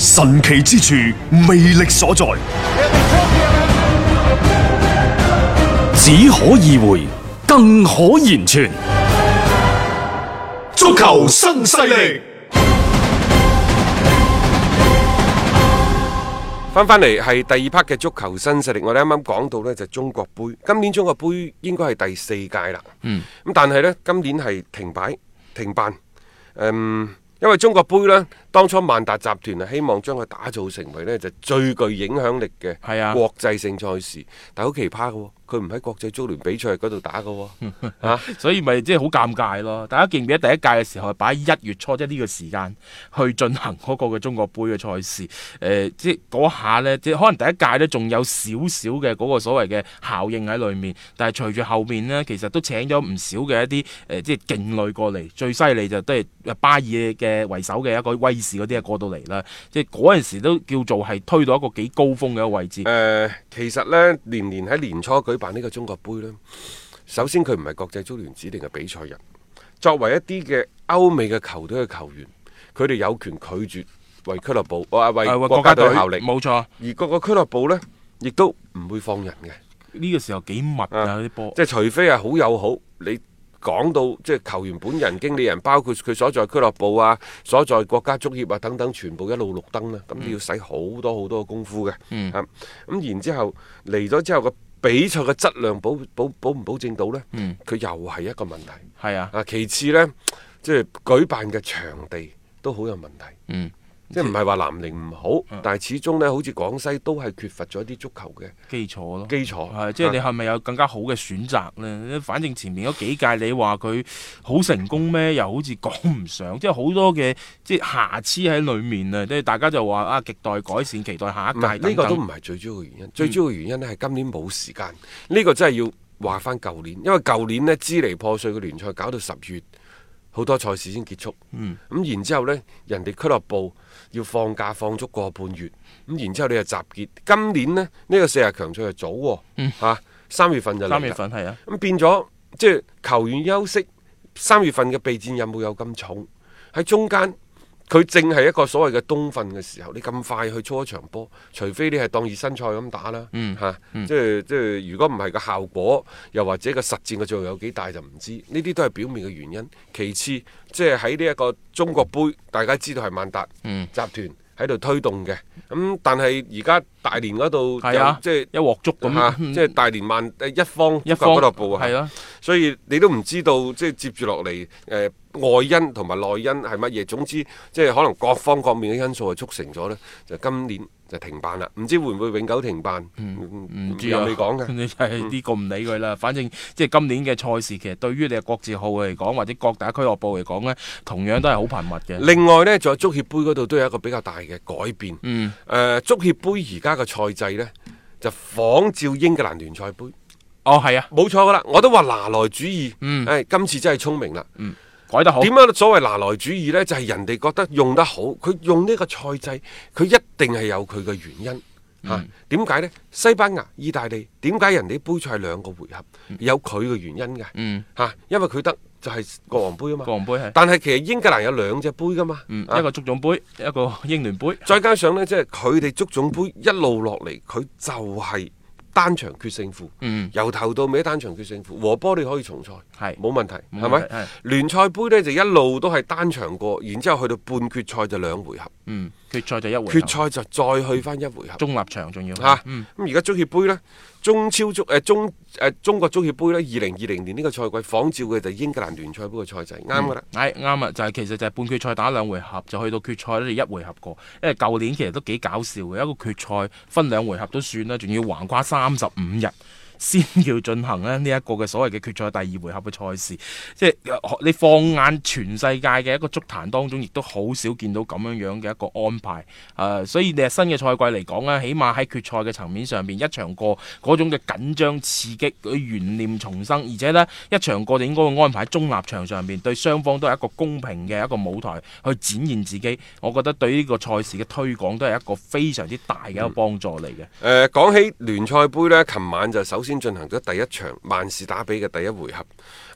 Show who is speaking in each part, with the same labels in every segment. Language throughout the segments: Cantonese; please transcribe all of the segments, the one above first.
Speaker 1: 神奇之處，魅力所在，
Speaker 2: 只可意會，更可言傳。
Speaker 3: 足球新勢力，
Speaker 4: 翻翻嚟係第二 part 嘅足球新勢力，我哋啱啱講到呢就中國杯，今年中國杯應該係第四屆啦。嗯，咁但係呢，今年係停擺停辦，嗯，因為中國杯呢，當初萬達集團係希望將佢打造成為呢就最具影響力
Speaker 5: 係啊
Speaker 4: 嘅國際性賽事，但好奇葩嘅喎，佢唔喺國際足聯比賽嗰度打嘅 喎，啊
Speaker 5: 所以咪即係好尷尬咯。大家記唔記得第一屆嘅時候係擺喺一月初一呢個時間去進行嗰個嘅中國杯嘅賽事？誒、即係嗰下呢，即係可能第一屆呢仲有少少嘅嗰個所謂嘅效應喺裏面，但係隨住後面呢，其實都請咗唔少嘅一啲誒、即係勁旅過嚟，最犀利就都係巴爾嘅為首嘅一個威士嗰啲啊過到嚟啦。即係嗰陣時都叫做係推到一個幾高峰嘅一個位置
Speaker 4: 誒、。呃其實呢，年年喺年初舉辦呢個中國杯呢，首先佢唔係國際足聯指定嘅比賽日，作為一啲嘅歐美嘅球隊嘅球員，佢哋有權拒絕為俱樂部啊為
Speaker 5: 誒
Speaker 4: 國家隊效力，
Speaker 5: 冇錯，
Speaker 4: 而各個俱樂部呢，亦都唔會放人嘅，
Speaker 5: 呢、個時候幾密啊
Speaker 4: 啊
Speaker 5: 啲波。
Speaker 4: 即係除非係好友好，你講到即係球員本人、經理人，包括佢所在俱樂部啊、所在國家足協啊等等，全部一路綠燈啦，咁你要使好多好多嘅功夫嘅。
Speaker 5: 嗯
Speaker 4: 啊咁然之後嚟咗之後個比賽嘅質量保保保唔保證到呢？佢、
Speaker 5: 嗯
Speaker 4: 又係一個問題。
Speaker 5: 係啊，
Speaker 4: 啊，其次呢，即係舉辦嘅場地都好有問題。
Speaker 5: 嗯，
Speaker 4: 即係唔係話南寧唔好，但係始終呢，好似廣西都係缺乏咗啲足球嘅
Speaker 5: 基礎咯。
Speaker 4: 基礎。
Speaker 5: 係，即係你
Speaker 4: 啊
Speaker 5: 係咪有更加好嘅選擇呢？反正前面嗰幾屆你話佢好成功咩？又好似講唔上，即係好多嘅即係瑕疵喺裡面啊！即係大家就話啊，亟待改善，期待下一
Speaker 4: 唔
Speaker 5: 屆
Speaker 4: 係呢個
Speaker 5: 等嗯
Speaker 4: 都
Speaker 5: 等
Speaker 4: 唔係最主要嘅原因，最主要嘅原因呢係今年冇時間。呢個真係要話翻舊年，因為舊年呢，支離破碎嘅聯賽搞到十月，好多賽事先結束。
Speaker 5: 嗯
Speaker 4: 咁然之後呢，人哋俱樂部要放假放足個半月，咁然之後你就集結。今年呢，呢、個四十強賽就早喎、啊三、月份就嚟啦
Speaker 5: 嗯三月份係啊，
Speaker 4: 咁變咗即係球員休息，三月份嘅備戰任務有咁重，喺中間佢正係一個所謂嘅冬訓嘅時候，你咁快去操一場波，除非你係當熱身賽咁打啦，嚇、
Speaker 5: 嗯
Speaker 4: 即係即係如果唔係個效果，又或者個實戰嘅作用有幾大就唔知，呢啲都係表面嘅原因。其次，即係喺呢一個中國杯，大家知道係萬達、
Speaker 5: 嗯
Speaker 4: 集團喺度推動嘅，咁、但係而家大連嗰度
Speaker 5: 係啊
Speaker 4: 有即係
Speaker 5: 一鑊粥咁
Speaker 4: 嚇
Speaker 5: 嗯
Speaker 4: 即係大連萬誒一方
Speaker 5: 一方
Speaker 4: 俱樂部啊
Speaker 5: 係啦，
Speaker 4: 所以你都唔知道即係接住落嚟誒外因同埋內因係乜嘢。總之即係可能各方各面嘅因素係促成咗呢，就今年就停辦啦。唔知會唔會永久停辦？
Speaker 5: 唔
Speaker 4: 唔
Speaker 5: 知啊
Speaker 4: 有你講嘅。
Speaker 5: 你係呢個唔理佢啦。反正即係今年嘅賽事，其實對於你嘅國字號嚟講，或者各大俱樂部嚟講呢，同樣都係好頻密嘅。
Speaker 4: 另外呢，仲有足協杯嗰度都有一個比較大嘅改變。誒、
Speaker 5: 嗯
Speaker 4: 足協杯而家嘅賽制呢，就仿照英格蘭聯賽杯，
Speaker 5: 哦，係啊，
Speaker 4: 冇錯噶啦。我都話拿來主義，誒、
Speaker 5: 嗯
Speaker 4: 今次真係聰明啦。
Speaker 5: 改得好。
Speaker 4: 點樣所謂拿來主義呢？就係、人哋覺得用得好，佢用呢個賽制，佢一定係有佢嘅原因。
Speaker 5: 嗯
Speaker 4: 嚇點解呢？西班牙、意大利點解人哋杯賽兩個回合有佢嘅原因嘅？嚇、
Speaker 5: 嗯，
Speaker 4: 因為佢得就係國王杯啊嘛。
Speaker 5: 國王杯係。
Speaker 4: 但係其實英格蘭有兩隻杯噶嘛。
Speaker 5: 嗯，
Speaker 4: 啊
Speaker 5: 一個足總杯，一個 英聯杯。
Speaker 4: 再加上呢，即係佢哋足總杯一路落嚟，佢就係單場決勝負，
Speaker 5: 嗯，
Speaker 4: 由頭到尾單場決勝負，和波你可以重賽，
Speaker 5: 係
Speaker 4: 冇問題，
Speaker 5: 冇
Speaker 4: 係咪
Speaker 5: 問題係？
Speaker 4: 聯賽杯呢就一路都係單場過，然之後去到半決賽就兩回合，
Speaker 5: 嗯，決賽就一回合，
Speaker 4: 決賽就啊再去翻一回合。
Speaker 5: 中立場仲要
Speaker 4: 嚇，
Speaker 5: 嗯
Speaker 4: 咁而家足協杯呢，中超足誒、呃中誒、呃中國足協杯呢，二零二零年呢個賽季仿照嘅就係英格蘭聯賽杯嘅賽制，啱㗎啦。
Speaker 5: 係啱啊！就係、其實就係半決賽打兩回合，就去到決賽咧就一回合過。因為舊年其實都幾搞笑嘅，一個決賽分兩回合都算啦，仲要橫跨三十五日。 先要進行咧呢一個嘅所謂嘅決賽第二回合嘅賽事。即係呃你放眼全世界嘅一個足壇當中，亦都好少見到咁樣樣嘅一個安排。誒、呃所以你係新嘅賽季嚟講咧，起碼喺決賽嘅層面上邊，一場過嗰種嘅緊張刺激，佢懸念重生，而且呢，一場過就應該會安排喺中立場上邊，對雙方都係一個公平嘅一個舞台去展現自己。我覺得對呢個賽事嘅推廣都係一個非常之大嘅一個幫助嚟嘅。
Speaker 4: 誒呃講起聯賽杯呢，琴晚就首先進行咗第一場萬事打比嘅第一回合，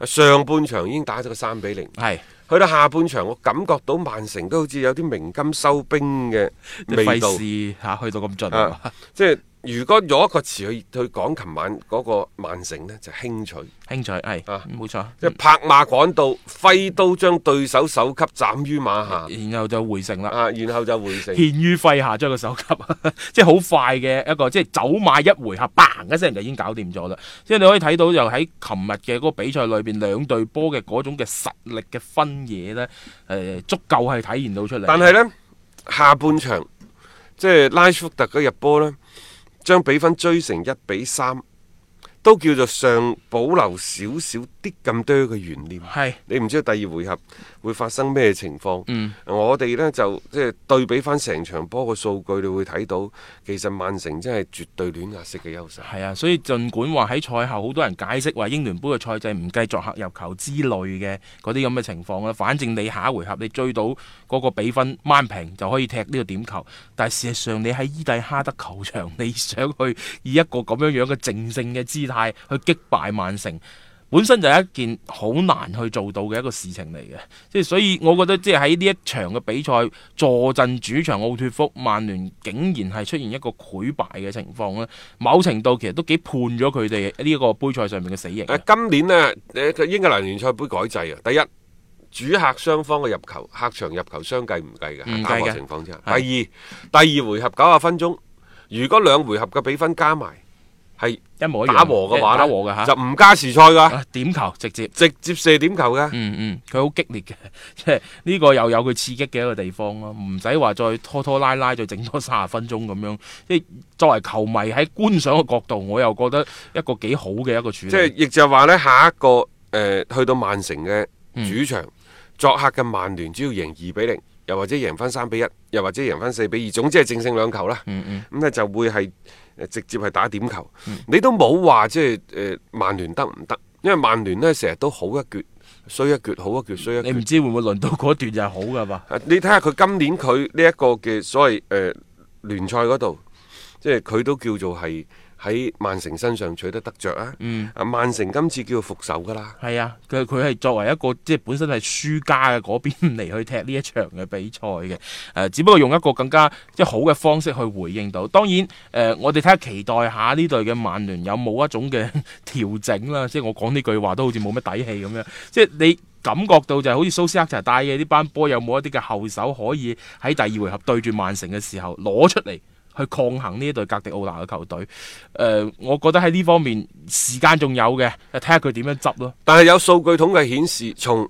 Speaker 4: 上半場已經打咗個三比零，
Speaker 5: 係
Speaker 4: 去到下半場我感覺到曼城都好似有啲鳴金收兵嘅
Speaker 5: 即係
Speaker 4: 味道
Speaker 5: 費。事嚇去到咁盡
Speaker 4: 啊
Speaker 5: 啊，
Speaker 4: 即係如果用一個詞去去講琴晚嗰個曼城呢，就輕取，
Speaker 5: 興趣係
Speaker 4: 啊
Speaker 5: 冇錯。
Speaker 4: 即係拍馬趕到，揮刀將對手首級斬於馬下
Speaker 5: 然後就回城啦。
Speaker 4: 啊，然後就回城。
Speaker 5: 獻於麾下，將個手級， 即係好快嘅一個，即係走馬一回合，bang 一聲就已經搞掂咗啦。即係你可以睇到，又喺琴日嘅嗰個比賽裏邊，兩隊波嘅嗰種嘅實力嘅分野呢，誒、足夠係體現到出嚟。
Speaker 4: 但係呢，下半場即係拉舒福特嘅入波呢，將比分追成一比三，都叫做尚保留少少啲咁多嘅懸念。
Speaker 5: 係
Speaker 4: 你唔知道第二回合會發生咩情況。
Speaker 5: 嗯
Speaker 4: 我哋呢就即係對比翻成場波嘅數據，你會睇到其實曼城真係絕對亂壓式嘅優勢。
Speaker 5: 係啊，所以儘管話喺賽後好多人解釋話英聯杯嘅賽制唔計作客入球之類嘅嗰啲咁嘅情況啦，反正你下一回合你追到嗰個比分掹平就可以踢呢個點球，但係事實上你喺伊蒂哈德球場，你想去以一個咁樣樣嘅淨勝嘅姿態去擊敗曼城。本身就係一件好難去做到嘅一個事情嚟嘅，即係所以我覺得即係喺呢一場嘅比賽坐鎮主場奧脱福，曼聯竟然係出現一個潰敗嘅情況咧，某程度其實都幾判咗佢哋呢個杯賽上面嘅死刑啊
Speaker 4: 誒
Speaker 5: 嘅。
Speaker 4: 啊今年呢，誒個英格蘭聯賽杯改制啊，第一主客雙方嘅入球，客場入球相計唔計
Speaker 5: 嗯
Speaker 4: 嘅，
Speaker 5: 唔計
Speaker 4: 打和
Speaker 5: 嘅
Speaker 4: 情況之下。第
Speaker 5: 係
Speaker 4: 二第二回合九十分鐘，如果兩回合嘅比分加埋係
Speaker 5: 一模一樣
Speaker 4: 打和嘅話呢
Speaker 5: 打和嘅嚇
Speaker 4: 就唔加時賽㗎，
Speaker 5: 啊點球直接。
Speaker 4: 直接射點球㗎。
Speaker 5: 嗯嗯，佢好激烈嘅， 即係呢個又有佢刺激嘅一個地方咯，唔使話再拖拖拉拉，再整多三十分鐘咁樣。即係作為球迷喺觀賞嘅角度，我又覺得一個幾好嘅一個處理。
Speaker 4: 即係亦就係話呢，下一個誒、呃去到曼城嘅
Speaker 5: 嗯
Speaker 4: 主場、作客嘅曼聯，只要贏二比零，又或者贏翻三比一，又或者贏翻四比二，總之係正勝兩球啦。咁
Speaker 5: 嗯
Speaker 4: 咧、就會係呃直接係打點球。你都冇話即係誒曼聯得唔得？因為曼聯呢，成日都好一橛，衰一橛，好一橛，衰一橛。
Speaker 5: 你唔知會唔會輪到嗰段就係好噶嘛？
Speaker 4: 啊你睇下佢今年佢呢一個嘅所謂誒、呃、聯賽嗰度，即係佢都叫做係喺曼城身上取得得着啊！啊，曼城今次叫做復仇㗎啦。
Speaker 5: 係啊，佢佢係作為一個即係本身係輸家嘅嗰邊嚟去踢呢一場嘅比賽嘅，誒、 呃只不過用一個更加即係好嘅方式去回應到。當然，誒、呃我哋睇下期待下呢隊嘅曼聯有冇一種嘅 調整啦。即係我講呢句話都好似冇乜底氣咁樣，即係你。感覺到就係好似蘇斯克查帶嘅呢班波有冇一啲嘅後手可以喺第二回合對住曼城嘅時候攞出嚟去抗衡呢一隊格迪奧拿嘅球隊？誒、我覺得喺呢方面時間仲有嘅，睇下佢點樣執咯。
Speaker 4: 但係有數據統計顯示，從二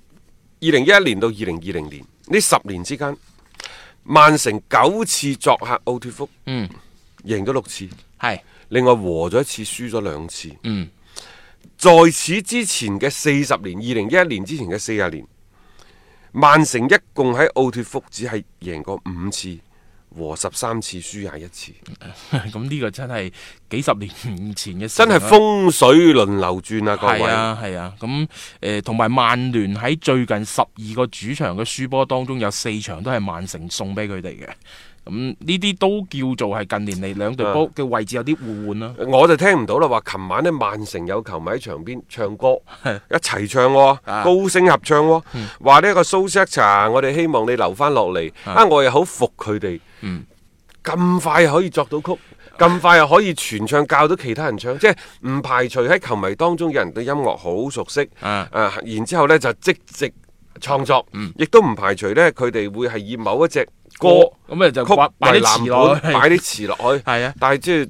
Speaker 4: 零一一年到二零二零年呢十年之間，曼城九次作客奧脱福，
Speaker 5: 嗯，
Speaker 4: 贏咗六次，
Speaker 5: 係
Speaker 4: 另外和咗一次，輸咗兩次。
Speaker 5: 嗯，
Speaker 4: 在此之前嘅四十年，二零一一年之前嘅四十年，曼城一共喺奧脱福只係贏過五次，和十三次，輸廿一次，
Speaker 5: 咁呢個真係幾十年前嘅事
Speaker 4: 真係
Speaker 5: 啦
Speaker 4: 風水輪流轉啊！各位。
Speaker 5: 係啊，係啊，咁誒同埋曼聯喺最近十二個主場嘅輸波當中，有四場都係曼城送俾佢哋嘅。咁呢啲都叫做係近年嚟兩隊
Speaker 4: 啊
Speaker 5: 波嘅位置有啲互換啦。
Speaker 4: 我就聽唔到啦，話琴晚呢，曼城有球迷喺場邊唱歌，一齊唱喎，
Speaker 5: 啊
Speaker 4: 高聲合唱喎，
Speaker 5: 嗯
Speaker 4: 話呢一個蘇斯克查，我哋希望你留翻落嚟，啊，我又好服佢哋，
Speaker 5: 嗯
Speaker 4: 咁快可以作到曲，咁快又可以全唱教到其他人唱，即係唔排除喺球迷當中有人對音樂好熟悉，
Speaker 5: 啊嗯
Speaker 4: 啊然之後呢就即席創作，亦都唔排除呢，佢哋會係以某一隻歌
Speaker 5: 咁啊就
Speaker 4: 曲
Speaker 5: 掛擺
Speaker 4: 為
Speaker 5: 啲詞
Speaker 4: 藍
Speaker 5: 落
Speaker 4: 本，
Speaker 5: 去，
Speaker 4: 擺啲詞落去，
Speaker 5: 係啊
Speaker 4: 但係即係。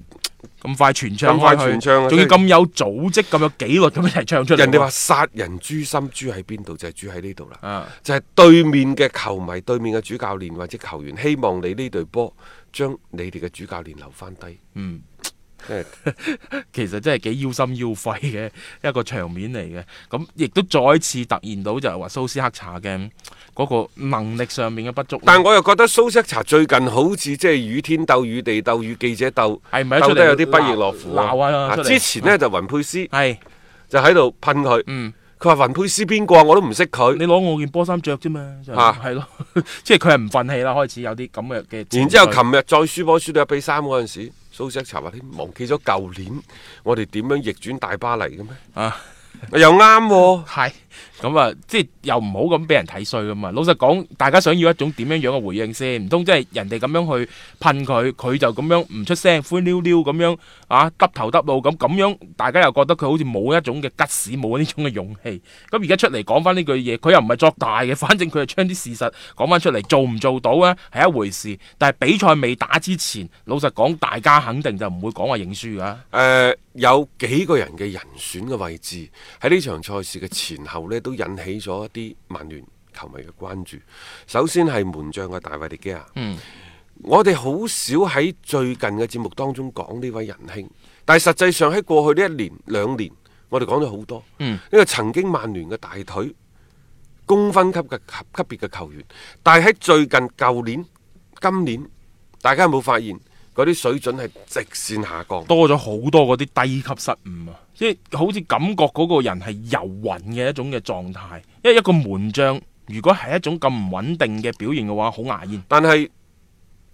Speaker 5: 咁快全唱
Speaker 4: 咁快
Speaker 5: 開去
Speaker 4: 傳唱啊
Speaker 5: 仲要
Speaker 4: 真係
Speaker 5: 咁有組織、咁有紀律咁一齊唱出嚟喎。
Speaker 4: 人哋話殺人誅心，誅喺邊度就係誅喺呢度啦。
Speaker 5: 啊
Speaker 4: 就係對面嘅球迷、對面嘅主教
Speaker 5: 嗯
Speaker 4: 練或者球員，希望你呢隊波將你哋嘅主教練留翻低。真係
Speaker 5: 其實真係幾腰心腰肺嘅一個場面嚟嘅。咁亦都再一次突現到就係話蘇斯克查嘅嗰個能力上面嘅不足。
Speaker 4: 但我又覺得蘇斯克查最近好似即係與天鬥、與地鬥、與記者鬥，
Speaker 5: 係咪一
Speaker 4: 鬥
Speaker 5: 出嚟
Speaker 4: 得有啲不亦樂乎啊
Speaker 5: 鬧啊出嚟
Speaker 4: 之前呢，就雲佩斯
Speaker 5: 係
Speaker 4: 就喺度噴佢，
Speaker 5: 嗯
Speaker 4: 佢話雲佩斯邊個啊？我都唔識佢。
Speaker 5: 你攞我件波衫着啫嘛，就
Speaker 4: 啊
Speaker 5: 係咯， 即係佢係唔憤氣啦，開始有啲咁嘅嘅情緒。
Speaker 4: 然之後，琴日再輸波輸到一比三嗰陣時，蘇斯克查話：你忘記咗舊年我哋點樣逆轉大巴黎嘅咩？
Speaker 5: 啊
Speaker 4: 又啱喎、
Speaker 5: 係咁啊，即係又唔好咁俾人睇衰噶嘛。老實講，大家想要一種點樣樣嘅回應先，唔通即係人哋咁樣去噴佢，佢就咁樣唔出聲，灰溜溜咁樣啊，耷頭耷腦咁咁樣，大家又覺得佢好似冇一種嘅吉屎，冇呢種嘅勇氣。咁而家出嚟講翻呢句嘢，佢又唔係作大嘅，反正佢係將啲事實講翻出嚟，做唔做到咧係一回事。但係比賽未打之前，老實講，大家肯定就唔會講話認輸噶。
Speaker 4: 誒、呃有幾個人嘅人選嘅位置喺呢場賽事嘅前後呢，都引起咗一啲曼聯球迷嘅關注。首先係門將嘅大衛迪基亞，
Speaker 5: 嗯
Speaker 4: 我哋好少喺最近嘅節目當中講呢位仁兄，但係實際上喺過去呢一年兩年，我哋講咗好多。
Speaker 5: 嗯
Speaker 4: 呢個曾經曼聯嘅大腿，公分級嘅級級別嘅球員，但係喺最近舊年、今年，大家有冇發現嗰啲水準係直線下降？
Speaker 5: 多咗好多嗰啲低級失誤啊！即係好似感覺嗰個人係遊魂嘅一種嘅狀態，因為一個門將如果係一種咁唔穩定嘅表現嘅話，好牙煙。
Speaker 4: 但係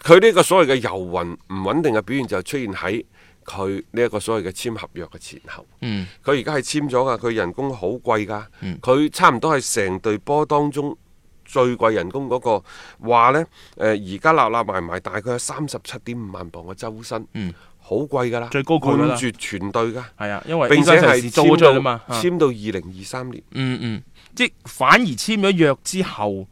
Speaker 4: 佢呢個所謂嘅遊魂唔穩定嘅表現就出現喺佢呢一個所謂嘅簽合約嘅前後。
Speaker 5: 嗯，
Speaker 4: 佢而家係簽咗噶，佢人工好貴噶
Speaker 5: 嗯，
Speaker 4: 佢、差唔多係成隊波當中最貴人工嗰、個話呢，誒而家立立埋埋大概有三十七點五萬磅嘅周薪，
Speaker 5: 嗯
Speaker 4: 好貴噶啦，
Speaker 5: 最高佢㗎啦
Speaker 4: 冠絕全隊噶，
Speaker 5: 係啊，因為
Speaker 4: 並且係
Speaker 5: 係
Speaker 4: 簽
Speaker 5: 租咗出去啊
Speaker 4: 到
Speaker 5: 嘛。啊
Speaker 4: 簽到二零二三年。
Speaker 5: 嗯嗯，即係反而簽咗約之後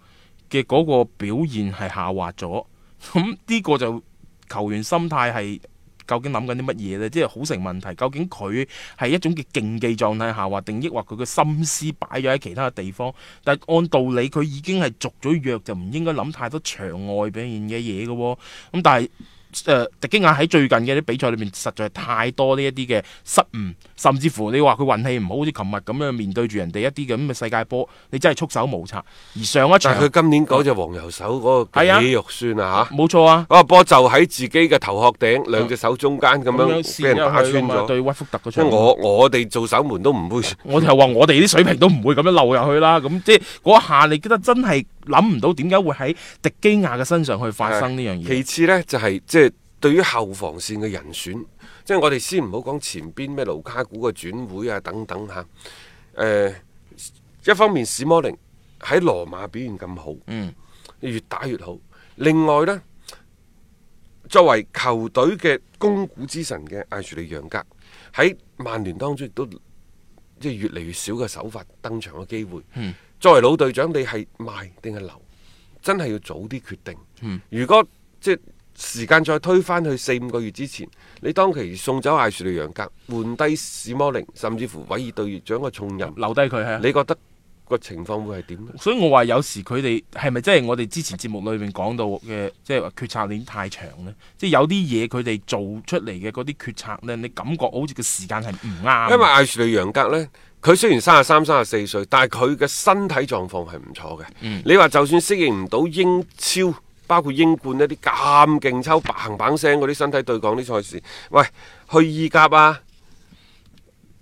Speaker 5: 嘅嗰個表現係下滑咗， 咁呢個就球員心態係究竟諗緊啲乜嘢呢？即係好成問題，究竟佢係一種嘅競技狀態下滑，定抑或佢嘅心思擺咗喺其他嘅地方？但係按道理佢已經係續咗約，就唔應該諗太多場外表現嘅嘢嘅喎。咁但係誒、呃迪基亞喺最近嘅啲比賽裏面，實在太多呢一啲嘅失誤，甚至乎你話佢運氣唔好，好似琴日咁樣面對住人哋一啲咁嘅世界波，你真係束手無策。而上一
Speaker 4: 但
Speaker 5: 場
Speaker 4: 係佢今年嗰隻黃油手嗰
Speaker 5: 啊係啊
Speaker 4: 個幾肉酸啊嚇！
Speaker 5: 冇錯啊，
Speaker 4: 嗰個波就喺自己嘅頭殼頂，兩隻手中間咁
Speaker 5: 咁樣
Speaker 4: 樣俾人打
Speaker 5: 線入去㗎
Speaker 4: 穿
Speaker 5: 嘛，
Speaker 4: 咗。
Speaker 5: 啊對屈福特嗰
Speaker 4: 因
Speaker 5: 場
Speaker 4: 為。我我哋做守門都唔會，
Speaker 5: 我就話我哋啲水平都唔會咁樣漏入去啦。咁即係嗰下，你覺得真係諗唔到點解會喺迪基亞嘅身上去發生呢樣嘢。
Speaker 4: 其次呢，就係即係對於後防線嘅人選，即係我哋先唔好講前邊咩盧卡古嘅轉會啊等等嚇。誒、一方面史摩寧喺羅馬表現咁好，
Speaker 5: 嗯，
Speaker 4: 越打越好。另外呢，作為球隊嘅攻股之神嘅艾樹利楊格喺曼聯當中亦都即係越嚟越少嘅首發登場嘅機會。
Speaker 5: 嗯
Speaker 4: 作為老隊長，你係賣定係留，真係要早啲決定。
Speaker 5: 嗯
Speaker 4: 如果即係時間再推返去四五個月之前，你當其時送走艾樹利楊格，換低史摩寧，甚至乎韋爾隊長嘅重任，
Speaker 5: 留低佢係啊。
Speaker 4: 你覺得個情況會係點呢？
Speaker 5: 所以我話有時佢哋係咪真係我哋之前節目裏面講到嘅，即係話決策鏈太長呢？即係有啲嘢佢哋做出嚟嘅嗰啲決策呢，你感覺好似個時間係唔啱。
Speaker 4: 因為艾樹利楊格呢，佢雖然三十三、三十四歲，但係佢嘅身體狀況係唔錯嘅。
Speaker 5: 嗯
Speaker 4: 你話就算適應唔到英超，包括英冠一啲咁勁抽棒棒聲嗰啲身體對抗啲賽事，喂，去意甲啊，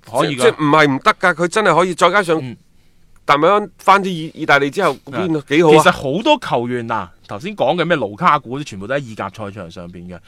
Speaker 5: 可以
Speaker 4: 即即
Speaker 5: 㗎，
Speaker 4: 唔係唔得㗎，佢真係可以。再加上
Speaker 5: 嗯
Speaker 4: 達米安翻咗意意大利之後，邊度幾好
Speaker 5: 其實
Speaker 4: 啊？
Speaker 5: 好多球員嗱，頭先講嘅咩盧卡古，全部都喺意甲賽場上邊嘅。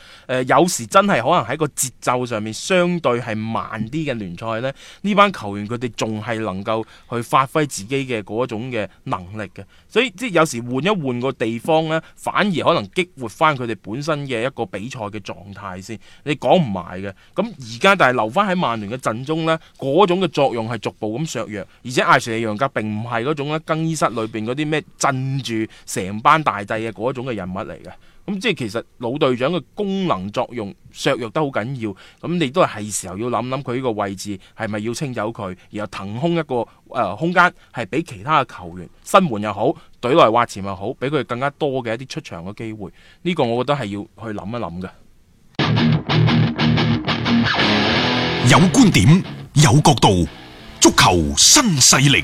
Speaker 5: 誒、有時真係可能喺個節奏上面相對係慢啲嘅聯賽呢，呢班球員佢哋仲係能夠去發揮自己嘅嗰種嘅能力嘅。所以即係有時換一換個地方呢，反而可能激活翻佢哋本身嘅一個比賽嘅狀態先。你講唔埋嘅。咁而家但係留翻喺曼聯嘅陣中呢，嗰種嘅作用係逐步咁削弱，而且艾殊利楊格並唔係嗰種咧更衣室裏邊嗰啲咩鎮住成班大帝嘅嗰種嘅人物嚟嘅。咁即係其實老隊長嘅功能作用削弱得好緊要，咁你都係時候要諗諗佢呢個位置係咪要清走佢，然後騰空一個誒、呃空間係俾其他嘅球員新援又好，隊內挖潛又好，俾佢更加多嘅一啲出場嘅機會。呢、個我覺得係要去諗一諗嘅。
Speaker 3: 有觀點，有角度，足球新勢力。